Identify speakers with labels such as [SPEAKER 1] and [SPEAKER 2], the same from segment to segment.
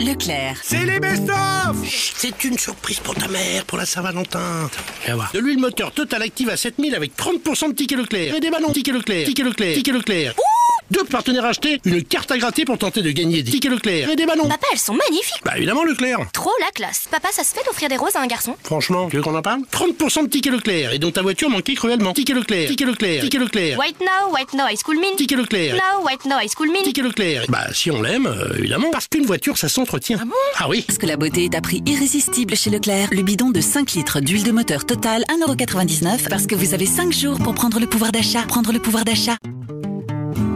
[SPEAKER 1] Leclerc.
[SPEAKER 2] C'est les best-of
[SPEAKER 3] C'est une surprise pour ta mère, pour la Saint-Valentin. Viens voir. De l'huile moteur Total Active à 7000 avec 30% de tickets Leclerc. Et des ballons tickets Leclerc, tickets Leclerc, tickets Leclerc. Deux partenaires achetés, une carte à gratter pour tenter de gagner des tickets Leclerc. Et des ballons.
[SPEAKER 4] Papa, elles sont magnifiques.
[SPEAKER 3] Bah évidemment Leclerc.
[SPEAKER 4] Trop la classe. Papa, ça se fait d'offrir des roses à un garçon
[SPEAKER 3] Franchement, tu veux qu'on en parle 30% de tickets Leclerc et dont ta voiture manquait cruellement. Tickets Leclerc, tickets Leclerc, tickets Leclerc.
[SPEAKER 4] White now, white now, high school min.
[SPEAKER 3] Tickets Leclerc.
[SPEAKER 4] Now, white now, high school min.
[SPEAKER 3] Tickets Leclerc. Bah si on l'aime, euh, évidemment. Parce qu'une voiture, ça s'entretient. Ah oui.
[SPEAKER 1] Parce que la beauté est à prix irrésistible chez Leclerc. Le bidon de 5 litres d'huile de moteur Total, 1,99€. Parce que vous avez 5 jours pour prendre le pouvoir d'achat. Prendre le pouvoir d'achat.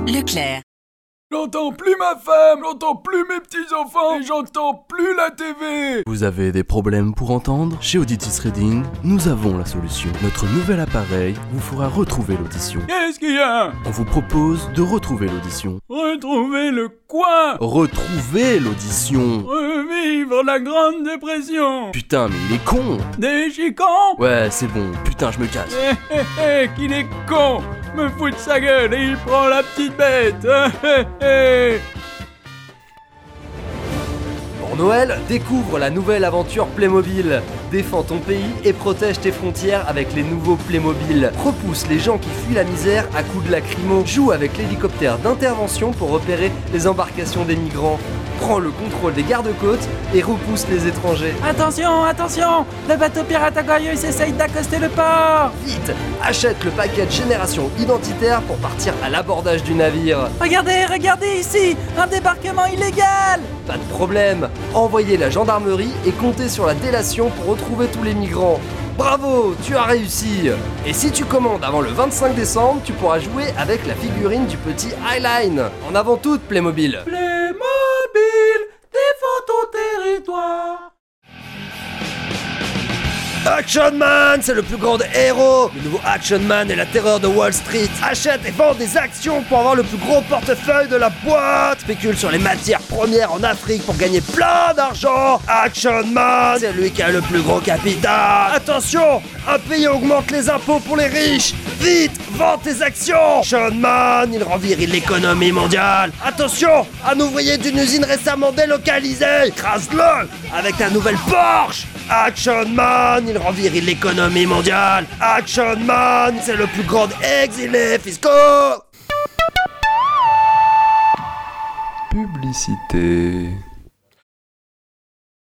[SPEAKER 1] Leclerc.
[SPEAKER 5] J'entends plus ma femme, j'entends plus mes petits-enfants, et j'entends plus la TV
[SPEAKER 6] Vous avez des problèmes pour entendre Chez Auditis Reading, nous avons la solution. Notre nouvel appareil vous fera retrouver l'audition.
[SPEAKER 5] Qu'est-ce qu'il y a
[SPEAKER 6] On vous propose de retrouver l'audition.
[SPEAKER 5] Retrouver le coin
[SPEAKER 6] Retrouver l'audition
[SPEAKER 5] Revivre la Grande Dépression
[SPEAKER 6] Putain, mais il est con
[SPEAKER 5] Des chicans
[SPEAKER 6] Ouais, c'est bon, putain, je me casse.
[SPEAKER 5] Eh eh eh, qu'il est con Me fout de sa gueule et il prend la petite bête Eh eh eh
[SPEAKER 7] Pour Noël, découvre la nouvelle aventure Playmobil. Défends ton pays et protège tes frontières avec les nouveaux Playmobil. Repousse les gens qui fuient la misère à coups de lacrymo. Joue avec l'hélicoptère d'intervention pour repérer les embarcations des migrants. Prends le contrôle des gardes-côtes et repousse les étrangers.
[SPEAKER 8] Attention, attention Le bateau pirate à Goyeuse essaye d'accoster le port
[SPEAKER 7] Vite, achète le paquet Génération Identitaire pour partir à l'abordage du navire.
[SPEAKER 8] Regardez, regardez ici Un débarquement illégal
[SPEAKER 7] Pas de problème, envoyez la gendarmerie et comptez sur la délation pour retrouver tous les migrants. Bravo, tu as réussi Et si tu commandes avant le 25 décembre, tu pourras jouer avec la figurine du petit Highline. En avant toute Playmobil
[SPEAKER 5] Playmobil, défends ton territoire
[SPEAKER 7] Action Man, c'est le plus grand des héros Le nouveau Action Man est la terreur de Wall Street. Achète et vends des actions pour avoir le plus gros portefeuille de la boîte Spécule sur les matières premières en Afrique pour gagner plein d'argent Action Man, c'est lui qui a le plus gros capital Attention, un pays augmente les impôts pour les riches Vite, vends tes actions Action Man, il rend virile l'économie mondiale Attention, un ouvrier d'une usine récemment délocalisée Crase-le avec ta nouvelle Porsche Action Man, il rend virile l'économie mondiale. Action Man, c'est le plus grand exilé fiscal.
[SPEAKER 6] Publicité.